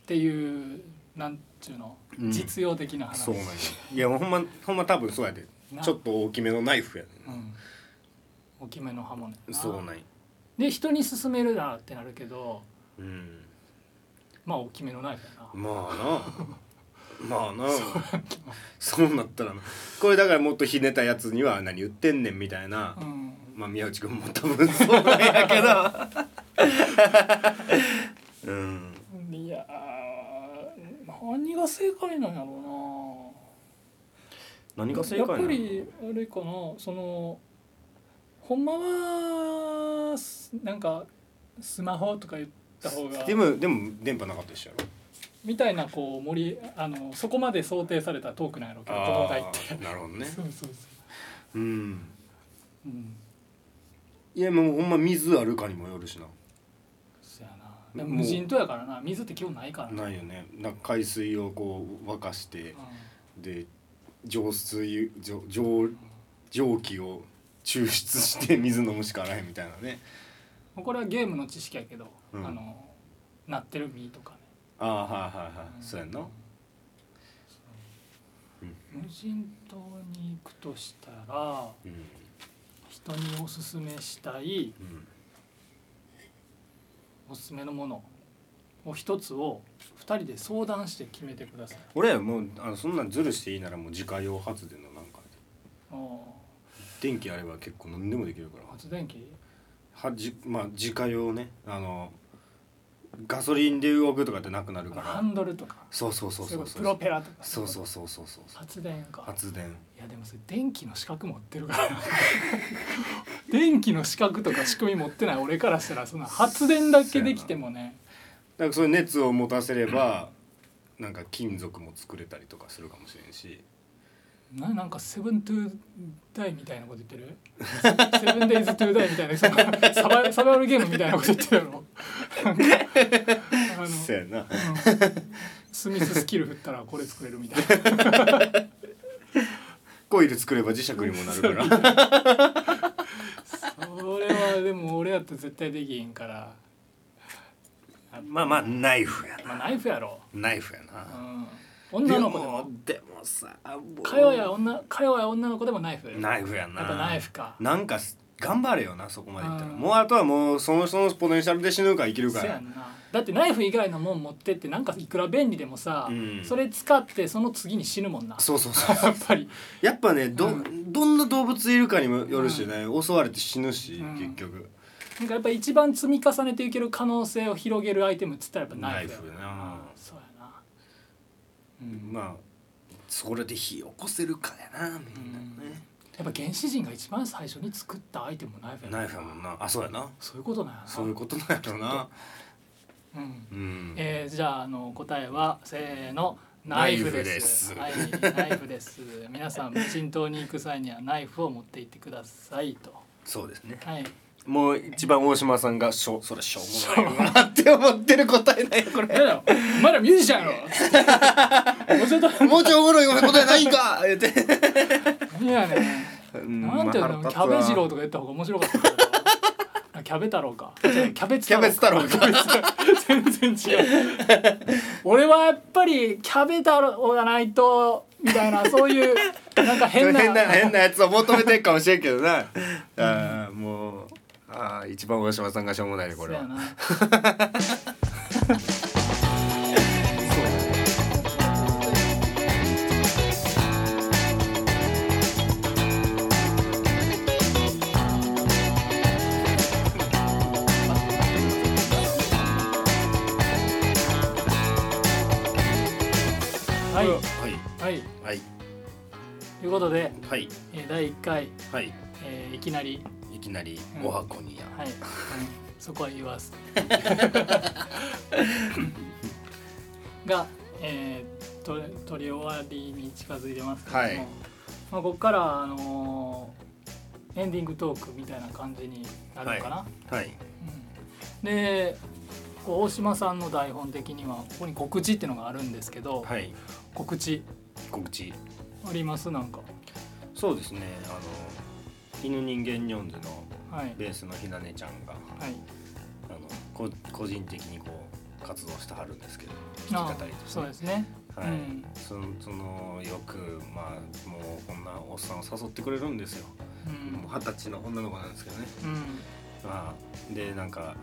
Speaker 3: ていうなんちゅうの、
Speaker 2: うん
Speaker 3: 実用的な話
Speaker 2: そうなんやいやほんまほんま多分そうやで
Speaker 3: な
Speaker 2: ちょっと大きめのナイフやね
Speaker 3: うん大きめの刃物やな
Speaker 2: そうなんや
Speaker 3: で人に勧めるなってなるけど
Speaker 2: うん
Speaker 3: まあ大きめのナイフやな、
Speaker 2: まあ
Speaker 3: (laughs)
Speaker 2: なまあなそうなったらなこれだからもっとひねったやつには何言ってんねんみたいな、
Speaker 3: うん、
Speaker 2: まあ宮内君も多分そうなんやけどう
Speaker 3: (laughs)
Speaker 2: ん
Speaker 3: いやー何が正解なんやろ
Speaker 2: 何
Speaker 3: うなやっぱりあれかなそのほんまはすなんかスマホとか言った方が
Speaker 2: でもでも電波なかったでしょ
Speaker 3: みたいなこう森あのそこまで想定されたトークなんやろうけどこの回って
Speaker 2: なるほどね
Speaker 3: そうそうそう、
Speaker 2: うん
Speaker 3: うん、
Speaker 2: いやもうほんま水あるかにもよるしな
Speaker 3: そやなでも無人島やからな水って基本ないからな、
Speaker 2: ないよねなんか海水をこう沸かしてで浄水浄浄蒸気を抽出して (laughs) 水飲むしかないみたいなね
Speaker 3: うん、これはゲームの知識やけど、
Speaker 2: うん
Speaker 3: あのなってる身とかね
Speaker 2: ああはいはいはいそうやんな
Speaker 3: 無人島に行くとしたら
Speaker 2: うん
Speaker 3: 人におすすめしたい
Speaker 2: うん
Speaker 3: おすすめのものを一つを2人で相談して決めてください
Speaker 2: 俺はもうあのそんなんズルしていいならもう自家用発電のなんか
Speaker 3: お
Speaker 2: 電気あれば結構何でもできるから
Speaker 3: ー発電機
Speaker 2: はじまあ自家用ねあのガソリンで動くとかってなくなるか
Speaker 3: ハ
Speaker 2: ら
Speaker 3: ンドルとか
Speaker 2: そうそうそうそう
Speaker 3: いこと
Speaker 2: そ
Speaker 3: プロ
Speaker 2: う
Speaker 3: ペラとか
Speaker 2: そうそうそうそうそう
Speaker 3: 発電か
Speaker 2: 発電
Speaker 3: いやでもそれ電気の資格持ってるから (laughs) 電気の資格とか仕組み持ってない俺からしたらその発電だけできてもね
Speaker 2: だからそういう熱を持たせればなんか金属も作れたりとかするかもしれんし
Speaker 3: ななんかセブントゥーダイみたいなこと言ってる (laughs) セブンデイズトゥーダイみたいなそのサバサバイバルゲームみたいなこと言ってるやろなんかあの
Speaker 2: そうやな
Speaker 3: スミススキル振ったらこれ作れるみたいな
Speaker 2: コイル作れば磁石にもなるから
Speaker 3: それはでも俺やったら絶対できへんから、
Speaker 2: (laughs) まあまあナイフやな
Speaker 3: まあ、ナイフやろ、
Speaker 2: ナイフや
Speaker 3: う、
Speaker 2: なんで
Speaker 3: 女の子でも
Speaker 2: もでもさもう
Speaker 3: かよや女かよや女の子でもナイフ
Speaker 2: ナイフやな
Speaker 3: やっぱナイフか
Speaker 2: なんかす頑張れよなそこまでいったら
Speaker 3: うん
Speaker 2: もうあとはもうその人のポテンシャルで死ぬか生きるか
Speaker 3: そうや
Speaker 2: ら
Speaker 3: んなだってナイフ以外のもん持ってってなんかいくら便利でもさ、
Speaker 2: うん
Speaker 3: それ使ってその次に死ぬもんな
Speaker 2: そうそうそう
Speaker 3: やっぱり
Speaker 2: やっぱねど,、、
Speaker 3: うん
Speaker 2: どんな動物いるかにもよるしね、襲われて死ぬし、
Speaker 3: うん
Speaker 2: 結局
Speaker 3: なんかやっぱ一番積み重ねていける可能性を広げるアイテムっつったらやっぱナイフだよ
Speaker 2: ナイフやな
Speaker 3: そうやなうん
Speaker 2: まあそれで火起こせるかやなみんなね、
Speaker 3: やっぱ原始人が一番最初に作ったアイテムもナイフやな
Speaker 2: ナイフやもんなあそうやな
Speaker 3: そういうことなんやな
Speaker 2: そういうことなんやろな
Speaker 3: うん
Speaker 2: うん
Speaker 3: えーじゃああの答えはせーのナ
Speaker 2: ナ
Speaker 3: イ
Speaker 2: イ
Speaker 3: フ
Speaker 2: フ
Speaker 3: です。
Speaker 2: です
Speaker 3: はい、ナイフです。皆さん無人島に行く際にはナイフを持って行ってくださいと。
Speaker 2: そうですね
Speaker 3: はい。
Speaker 2: もう一番大島さんがしょそれしょうもないなって思ってる答えないこ (laughs) れ
Speaker 3: 誰だよお前らミュージシャンやろもうちょっと
Speaker 2: もうちょいおもろい答えないんか言うて
Speaker 3: 何やねんなんていうのキャベジローとか言った方が面白かったけど (laughs) あキャベ太郎か違うキャベツ
Speaker 2: キャベツ太郎
Speaker 3: か全然違う俺はやっぱりキャベ太郎じゃないとみたいなそういうなんか変
Speaker 2: 変
Speaker 3: な
Speaker 2: な変なやつを求めてるかもしれんけどなああもうああ一番大島さんがしょうもないねこ
Speaker 3: そう
Speaker 2: れ
Speaker 3: や
Speaker 2: は
Speaker 3: なはい、
Speaker 2: はい
Speaker 3: はい、
Speaker 2: はい
Speaker 3: といういうことで、
Speaker 2: はい
Speaker 3: えー第1回、
Speaker 2: はい
Speaker 3: えーいきなり、
Speaker 2: いきなりお箱にや、
Speaker 3: はい (laughs) うんそこは言わずが、えー、と取り終わりに近づいてますけども、
Speaker 2: はい
Speaker 3: まあ、ここから、あのーエンディングトークみたいな感じになるのかな。
Speaker 2: はい
Speaker 3: うんでこう大島さんの台本的にはここに告知っていうのがあるんですけど、
Speaker 2: はい
Speaker 3: 告知
Speaker 2: 告知
Speaker 3: ありますなんか
Speaker 2: そうですねあの犬人間ニョンズの
Speaker 3: はい
Speaker 2: ベースのひなねちゃんが
Speaker 3: はい
Speaker 2: あのこ個人的にこう活動してはるんですけど
Speaker 3: あ
Speaker 2: 弾き語りとして
Speaker 3: そうですね
Speaker 2: はい、
Speaker 3: うん
Speaker 2: そのそのよくまあもうこんなおっさんを誘ってくれるんですよ
Speaker 3: う
Speaker 2: もうん二十歳の女の子なんですけどね、
Speaker 3: うん
Speaker 2: まあ、でなんか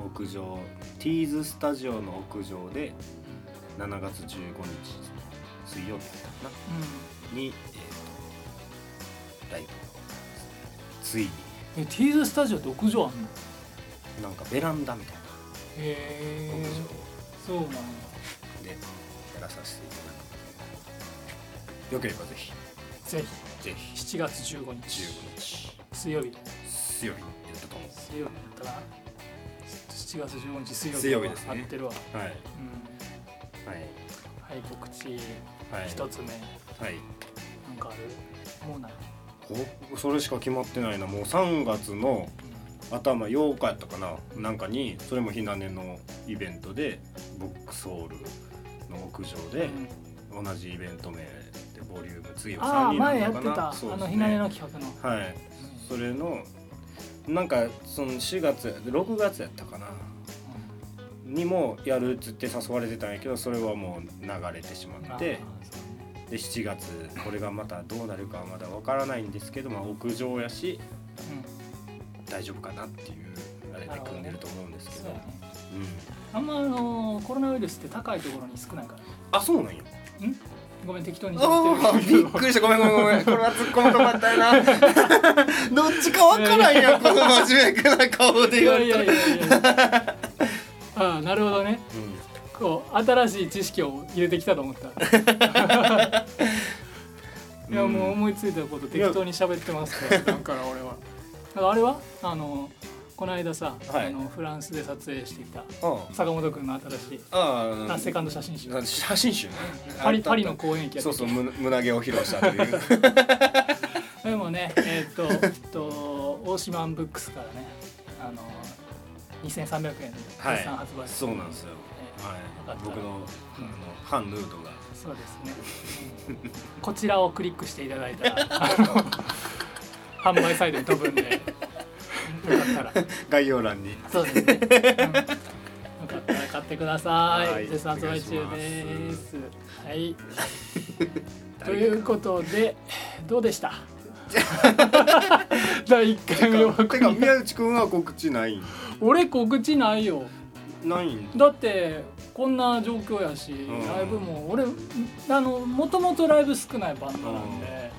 Speaker 2: 屋上ティーズスタジオの屋上で7月15日水曜日だったかなに、えー、とライブをついに
Speaker 3: うんえティーズスタジオって屋上あん
Speaker 2: な
Speaker 3: の
Speaker 2: んかベランダみたいな
Speaker 3: へえ
Speaker 2: 屋上
Speaker 3: そうなんだ
Speaker 2: でやらさせていただくよければぜひ
Speaker 3: ぜ
Speaker 2: ぜ
Speaker 3: ひ
Speaker 2: ひ
Speaker 3: 7月15日
Speaker 2: 15日
Speaker 3: 水曜日
Speaker 2: 水曜日やったと思う
Speaker 3: 水曜日だったかな7月15日水曜日
Speaker 2: 水曜日ですね
Speaker 3: 合ってるわ、
Speaker 2: はい
Speaker 3: うん、
Speaker 2: はい
Speaker 3: はい告知
Speaker 2: はい
Speaker 3: 一つ目、
Speaker 2: はい
Speaker 3: なんかあるもうない、
Speaker 2: おそれしか決まってないなもう3月の頭8日やったかななんかにそれもひなねのイベントでボックスホールの屋上で
Speaker 3: うん
Speaker 2: 同じイベント名でボリューム2を3
Speaker 3: ああ
Speaker 2: 人な
Speaker 3: 前やっ
Speaker 2: の
Speaker 3: て
Speaker 2: か
Speaker 3: た、
Speaker 2: なそう
Speaker 3: あ
Speaker 2: で
Speaker 3: の
Speaker 2: す
Speaker 3: ひなね
Speaker 2: ね
Speaker 3: の企画の、
Speaker 2: はいそれのなんかその4月6月やったかなにもやるっつって誘われてたんやけどそれはもう流れてしまって
Speaker 3: あーそうね
Speaker 2: で7月これがまたどうなるかはまだわからないんですけど、まあ、屋上やし大丈夫かなっていうあれで組んでると思うんです
Speaker 3: うん
Speaker 2: け
Speaker 3: そう
Speaker 2: ど、
Speaker 3: やね
Speaker 2: うん、
Speaker 3: あんまあのーコロナウイルスって高いところに少ないから
Speaker 2: あそうなんや
Speaker 3: ごめん適当に
Speaker 4: お
Speaker 3: 喋
Speaker 4: ー
Speaker 3: って
Speaker 4: び
Speaker 3: る
Speaker 4: っくりしたごめんごめんごめんこれは突っ込むとこやったよ
Speaker 2: (laughs)
Speaker 4: などっちかわからんやんこの真面目な顔で
Speaker 3: い
Speaker 4: 言わ
Speaker 3: や
Speaker 4: れ
Speaker 3: い
Speaker 4: たら
Speaker 3: やいやいや (laughs) ああなるほどね
Speaker 2: う
Speaker 3: こう新しい知識を入れてきたと思ったいやもう思いついたこと適当に喋ってますからだから俺はだからあれはあのこの間さ、
Speaker 2: はい
Speaker 3: あのフランスで撮影してきた
Speaker 2: ん、あ
Speaker 3: 坂本君の新しい
Speaker 2: あ
Speaker 3: あセカンド写真集
Speaker 2: な写真集ね
Speaker 3: パリパリ
Speaker 2: あ
Speaker 3: の
Speaker 2: った
Speaker 3: 公演
Speaker 2: あった
Speaker 3: 劇
Speaker 2: そ
Speaker 3: や
Speaker 2: う
Speaker 3: っ
Speaker 2: そうむ胸毛を披露したという
Speaker 3: たでもねえーっとえっと大島ブックスからねあの2300円で絶 (laughs)
Speaker 2: はい
Speaker 3: 賛発売して
Speaker 2: そうなんですよ、
Speaker 3: か
Speaker 2: は
Speaker 3: っ
Speaker 2: い、
Speaker 3: た
Speaker 2: 僕のあの反ヌードが
Speaker 3: そうですね。こちらをクリックしていただいたら、あの販売サイトに飛ぶんで、よかったら、
Speaker 2: 概要欄に
Speaker 3: そうですね。うんよかったら買ってくださ
Speaker 2: はい
Speaker 3: い。絶賛発売中
Speaker 2: お願い
Speaker 3: で。
Speaker 2: します
Speaker 3: はい。ということで、どうでした？第一回目
Speaker 2: て
Speaker 3: は
Speaker 2: かてか宮内くんは告知ないん
Speaker 3: 俺告知ないよ。
Speaker 2: ないん
Speaker 3: だってこんな状況やし、
Speaker 2: ん
Speaker 3: ライブも俺あのもともとライブ少ないバンドなんで、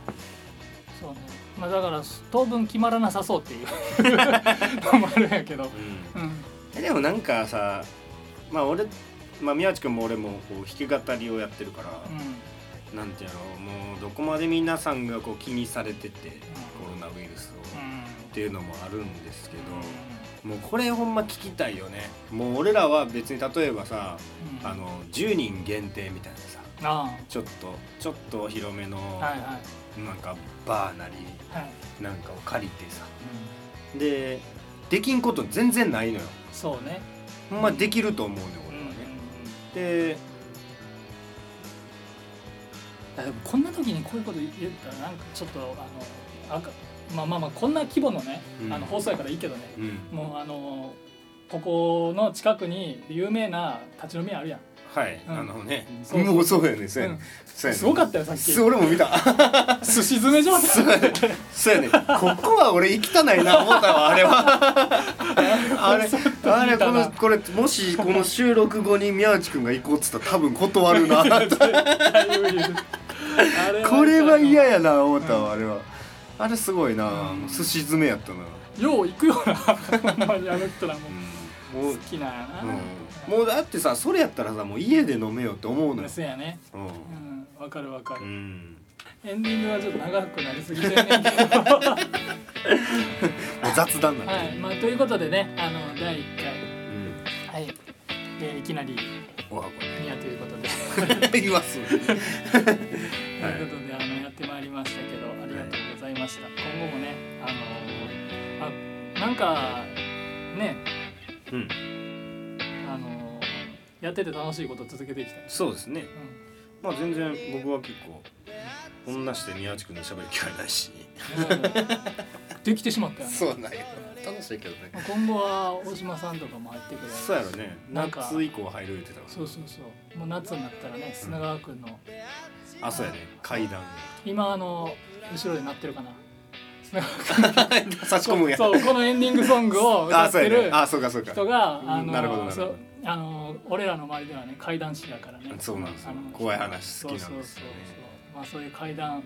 Speaker 3: そうねまあだから当分決まらなさそう
Speaker 2: (laughs)
Speaker 3: っていうのもあるんやけど、
Speaker 2: うん
Speaker 3: うん、
Speaker 2: えでもなんかさまあ俺まあ宮内くんも俺もこう弾き語りをやってるから、
Speaker 3: う
Speaker 2: なんていうのもうどこまで皆さんがこう気にされてて、コロナウイルスを、
Speaker 3: ん、う
Speaker 2: っ
Speaker 3: ん、
Speaker 2: ていうのもあるんですけど、もうこれほんま聞きたいよねもう俺らは別に例えばさ
Speaker 3: うん
Speaker 2: あの10人限定みたいなさ
Speaker 3: あ
Speaker 2: ちょっとちょっと広めの
Speaker 3: あはいはい
Speaker 2: なんかバーなり
Speaker 3: はい、
Speaker 2: なんかを借りてさ
Speaker 3: う
Speaker 2: でできんこと全然ないのよ
Speaker 3: ん、そうね、
Speaker 2: ほんまできると思うね
Speaker 3: うん
Speaker 2: 俺
Speaker 3: うん
Speaker 2: は
Speaker 3: うん
Speaker 2: ね、で
Speaker 3: あでもこんな時にこういうこと言ったらなんかちょっとあのあかまあまあまあこんな規模のね、
Speaker 2: うん
Speaker 3: あの放送やからいいけどね、
Speaker 2: うん
Speaker 3: もうあのここの近くに有名な立ち飲み屋あるやん、
Speaker 2: はい、
Speaker 3: うん
Speaker 2: あのね
Speaker 3: そう
Speaker 2: もうそうやねそうや
Speaker 3: う
Speaker 2: ね
Speaker 3: ん、
Speaker 2: そうやね
Speaker 3: すごかったよさっき
Speaker 2: そう俺も見た
Speaker 3: 寿司
Speaker 2: (laughs)
Speaker 3: 詰め状態
Speaker 2: そうやねここは俺行きたないな思ったわあれは
Speaker 3: (laughs)
Speaker 2: あれ
Speaker 3: ちょっと見たな
Speaker 2: あれこのこれもしこの収録後に宮内くんが行こうっつったら多分断る
Speaker 3: (laughs)
Speaker 2: なこれは嫌やな思ったわあれはあれすごいな
Speaker 3: うん
Speaker 2: 寿司詰めやったな
Speaker 3: よう行くよなほんまにあの人らも
Speaker 2: もう
Speaker 3: 好きなんやな、
Speaker 2: うんもうだってさそれやったらさもう家で飲めよって思うのよ
Speaker 3: そうやね
Speaker 2: うん
Speaker 3: うんわかるわか
Speaker 2: う
Speaker 3: る、
Speaker 2: ん
Speaker 3: エンディングはちょっと長くなりすぎてんねんけ
Speaker 2: (laughs)
Speaker 3: ど
Speaker 2: も
Speaker 3: は
Speaker 2: う雑談なんで、
Speaker 3: い、まあ、ということでねあの第1
Speaker 2: うん、
Speaker 3: 回、はいえーいきなり
Speaker 2: おはこ (laughs)
Speaker 3: ニヤということで
Speaker 2: れ言わ
Speaker 3: (laughs)
Speaker 2: す
Speaker 3: ということであのやってまいりましたけどありがとうございました、今後もねあのあなんかね
Speaker 5: うん、
Speaker 3: あのやってて楽しいこと続けていきたい、
Speaker 5: そうですね
Speaker 3: うん
Speaker 5: まあ全然僕は結構こんなして宮内くんの喋る機会ないし
Speaker 2: (laughs)
Speaker 3: できてしまったよね
Speaker 2: そうなんよ楽しいけどね
Speaker 3: まあ今後は大島さんとかも入ってくれる
Speaker 5: そうやろね
Speaker 3: なんか
Speaker 5: 夏以降入る言ってたか
Speaker 3: そうそうそうもう夏になったらね砂川君の
Speaker 5: らあそうやね階段
Speaker 3: 今あの後ろで鳴ってるか
Speaker 2: (laughs)
Speaker 3: な砂川
Speaker 2: 差し込むん
Speaker 3: 君
Speaker 2: や
Speaker 3: そうこのエンディングソングを歌
Speaker 2: あ
Speaker 3: っ
Speaker 2: そう
Speaker 3: て
Speaker 2: やね
Speaker 3: る
Speaker 2: あそうかそうか
Speaker 3: 人があ
Speaker 5: なるほどなるほ
Speaker 3: の
Speaker 5: ど
Speaker 3: そうあの俺らの周りではね怪談師だからね
Speaker 5: そうなんですよ
Speaker 3: あの
Speaker 5: 怖い話好きなん
Speaker 3: そうそう
Speaker 5: です
Speaker 3: そう
Speaker 5: よ
Speaker 3: そう
Speaker 5: ね
Speaker 3: まあそういう怪談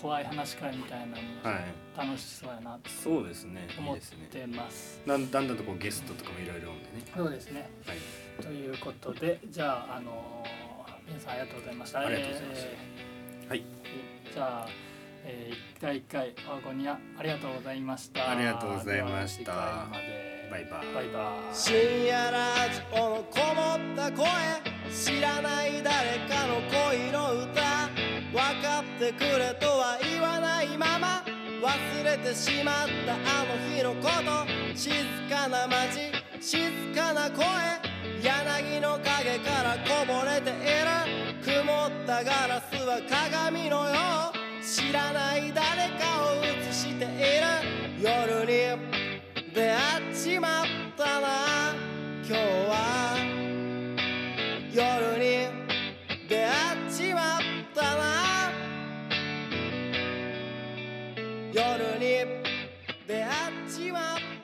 Speaker 3: 怖い話会みたいなのも
Speaker 5: はい
Speaker 3: 楽しそうやなと
Speaker 5: そうですねい
Speaker 3: 思
Speaker 5: い
Speaker 3: っ
Speaker 5: ですね
Speaker 3: てます
Speaker 5: だんだんだんとこうゲストとかもいろいろおんでね
Speaker 3: そうですね
Speaker 5: はい
Speaker 3: ということでじゃあ、あのー皆さんありがとうございました
Speaker 5: ありがとうございましたはい
Speaker 3: えーじゃあ、えー、第1回ワゴニアありがとうございました
Speaker 5: ありがとうございました
Speaker 3: では次回ま
Speaker 5: バ
Speaker 3: で
Speaker 5: イバイ
Speaker 3: バイバイ
Speaker 6: 深夜ラジオのこもった声知らない誰かの恋の歌分かってくれとは言わないまま忘れてしまったあの日のこと静かな街静かな声柳の影からこぼれている曇ったガラスは鏡のよう知らない誰かを映している夜に出会っちまったな今日は夜に出会っちまったな夜に出会っちまった